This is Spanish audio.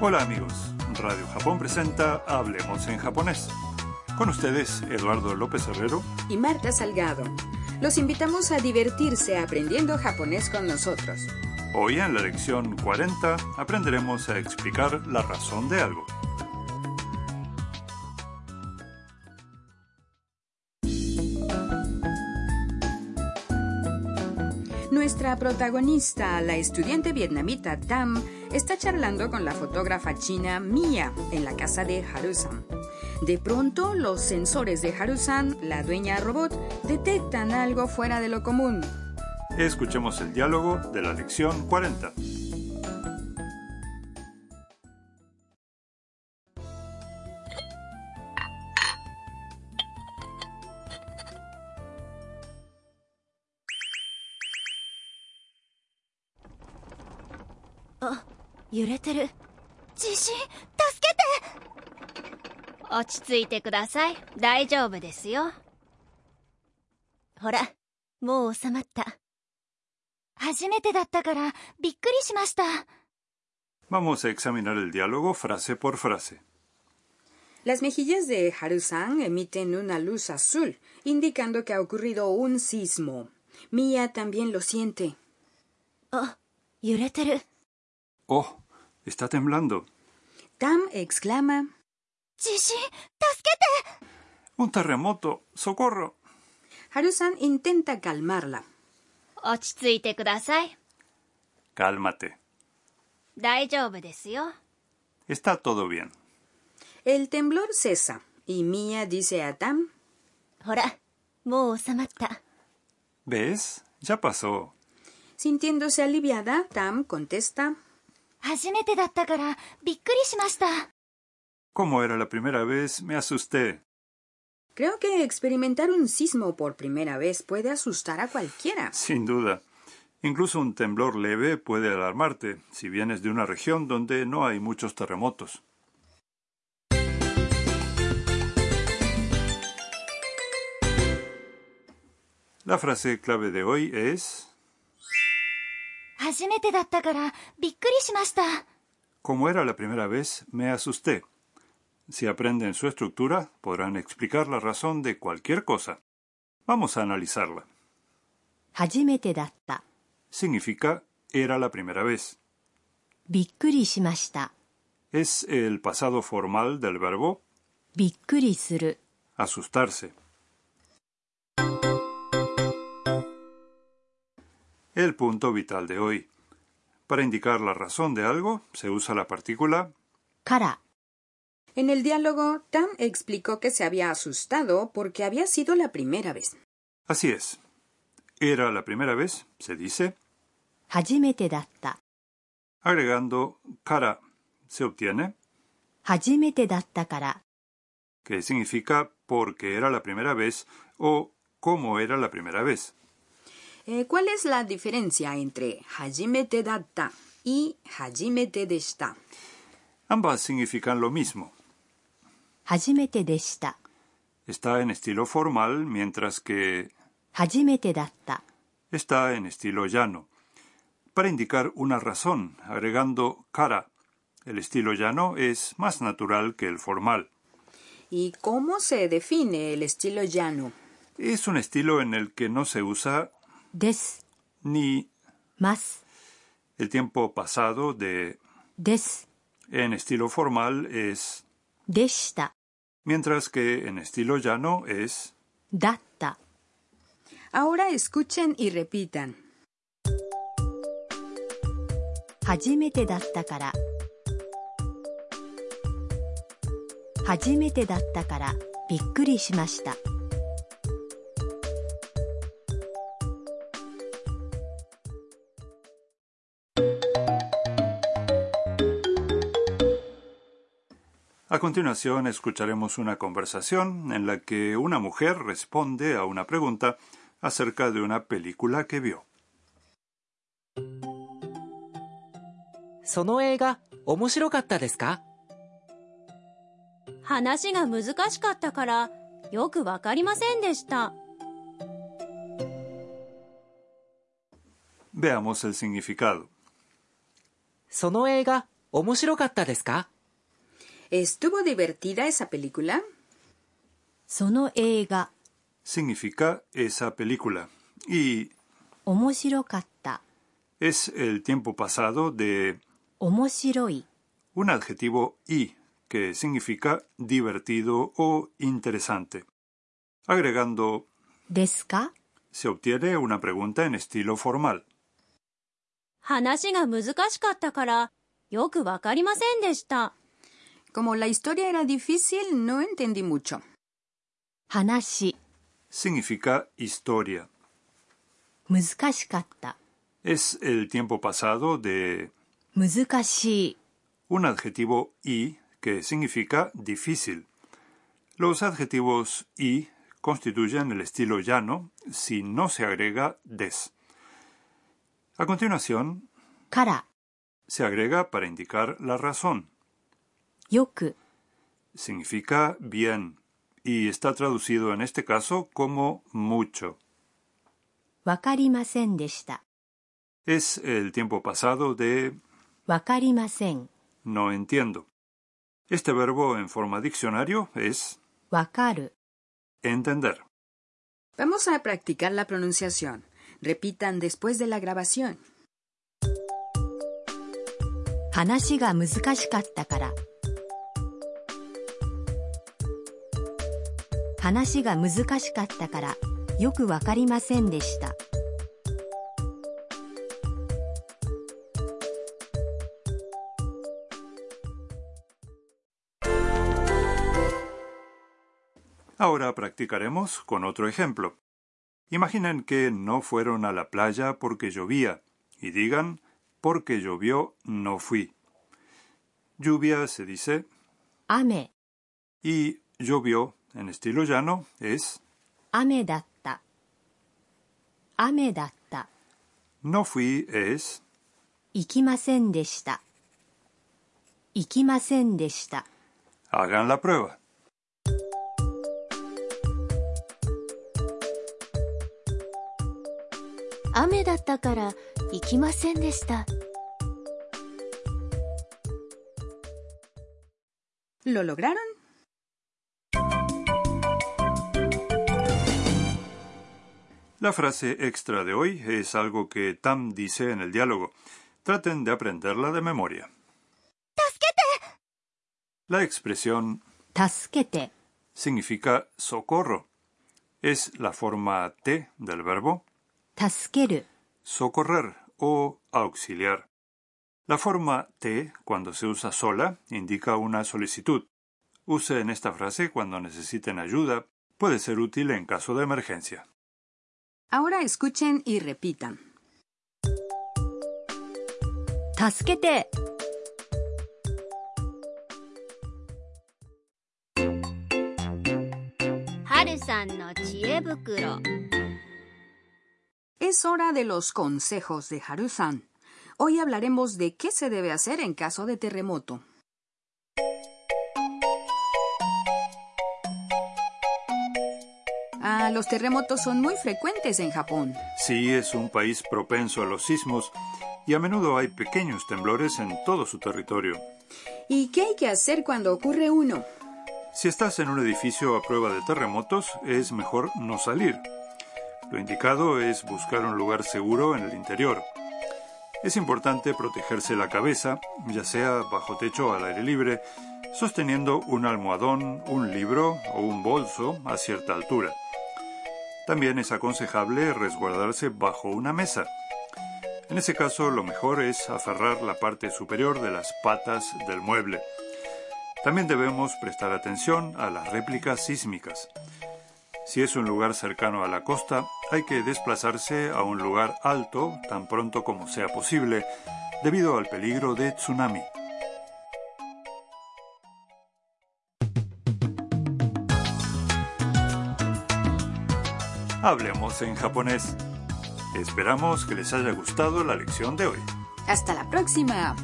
Hola amigos, Radio Japón presenta Hablemos en japonés. Con ustedes, Eduardo López Herrero. y Marta Salgado. Los invitamos a divertirse aprendiendo japonés con nosotros. Hoy en la lección 40 aprenderemos a explicar la razón de algo. Nuestra protagonista, la estudiante vietnamita Tam, está charlando con la fotógrafa china Mia en la casa de Harusan. De pronto, los sensores de Harusan, la dueña robot, detectan algo fuera de lo común. Escuchemos el diálogo de la lección 40. 揺れてる地震助けて落ち着いてください大丈夫ですよほらもう収まった初めてだったからびっくりしました Vamos a examinar el diálogo frase por frase. Las mejillas de Harusan emiten una luz azul, indicando que ha ocurrido un sismo. Mia también lo siente. 揺れてる Oh, está temblando. Tam exclama 地震助けて Un terremoto. Socorro. Harusan intenta calmarla. 落ち着いてください Cálmate. 大丈夫ですよ Está todo bien. El temblor cesa y Mia dice a Tam, ほらもう収まった ¿Ves? Ya pasó. sintiéndose aliviada, Tam contesta, 初めてだったからびっくりしました Como era la primera vez, me asusté. creo que experimentar un sismo por primera vez puede asustar a cualquiera. Sin duda. Incluso un temblor leve puede alarmarte, si vienes de una región donde no hay muchos terremotos. La frase clave de hoy es 初めてだったからびっくりしました Como era la primera vez, me asusté. Si aprenden su estructura, podrán explicar la razón de cualquier cosa. Vamos a analizarla. 初めてだった。 Significa era la primera vez. びっくりしました。 Es el pasado formal del verbo びっくりする。 asustarse. El punto vital de hoy. Para indicar la razón de algo, se usa la partícula から、 En el diálogo, Tam explicó que se había asustado porque había sido la primera vez. así es. Era la primera vez, se dice, 初めてだった。 agregando cara se obtiene, 初めてだったから、 que significa porque era la primera vez o como era la primera vez. Eh, ¿Cuál es la diferencia entre Hajimete Datta y Hajimete Deshita? Ambas significan lo mismo. 初めてでした。 Está en estilo formal, mientras que 初めてだった。 está en estilo llano. Para indicar una razón, agregando cara, el estilo llano es más natural que el formal. ¿Y cómo se define el estilo llano? Es un estilo en el que no se usa です。 ni ます。 el tiempo pasado de です。 en estilo formal es, でした。 mientras que en estilo llano es だった。 Ahora escuchen y repitan. 初めてだったから。初めてだったから、びっくりしました。 A continuación escucharemos una conversación en la que una mujer responde a una pregunta acerca de una película que vio. その映画面白かったですか話が難しかったからよくわかりませんでした Veamos el significado. その映画面白かったですか ¿Estuvo divertida esa película? その映画 significa esa película y 面白かった es el tiempo pasado de 面白い un adjetivo y que significa divertido o interesante. Agregando ですか se obtiene una pregunta en estilo formal. 話が難しかったからよくわかりませんでした Como la historia era difícil, no entendí mucho. 話 Significa historia. 難しかった Es el tiempo pasado de 難しい un adjetivo y que significa difícil. Los adjetivos y constituyen el estilo llano si no se agrega des. A continuación, から se agrega para indicar la razón. よく Significa bien y está traducido en este caso como mucho. わかりませんでした Es el tiempo pasado de わかりません no entiendo. Este verbo en forma diccionario es わかる entender. Vamos a practicar la pronunciación. Repitan después de la grabación. 話が難しかったから話が難しかったからよくわかりませんでした Ahora practicaremos con otro ejemplo. Imaginen que no fueron a la playa porque llovía y digan porque llovió no fui. Lluvia se dice 雨 y llovió en estilo llano es 雨だった雨だった no fui es 行きませんでした行きませんでした hagan la prueba. 雨だったから行きませんでした。 ¿Lo lograron? La frase extra de hoy es algo que Tam dice en el diálogo. Traten de aprenderla de memoria. La expresión 助けて significa socorro. Es la forma T del verbo 助ける socorrer o auxiliar. La forma T, cuando se usa sola, indica una solicitud. Usen esta frase cuando necesiten ayuda. Puede ser útil en caso de emergencia. Ahora escuchen y repitan. 助けてはるさんの知恵袋 Es hora de los consejos de Harusan. Hoy hablaremos de qué se debe hacer en caso de terremoto. Ah, los terremotos son muy frecuentes en Japón. Sí, es un país propenso a los sismos y a menudo hay pequeños temblores en todo su territorio. ¿Y qué hay que hacer cuando ocurre uno? Si estás en un edificio a prueba de terremotos, es mejor no salir. Lo indicado es buscar un lugar seguro en el interior. Es importante protegerse la cabeza, ya sea bajo techo o al aire libre, sosteniendo un almohadón, un libro o un bolso a cierta altura. También es aconsejable resguardarse bajo una mesa. En ese caso, lo mejor es aferrar la parte superior de las patas del mueble. También debemos prestar atención a las réplicas sísmicas. Si es un lugar cercano a la costa, hay que desplazarse a un lugar alto tan pronto como sea posible, debido al peligro de tsunami. Hablemos en japonés. Esperamos que les haya gustado la lección de hoy. Hasta la próxima.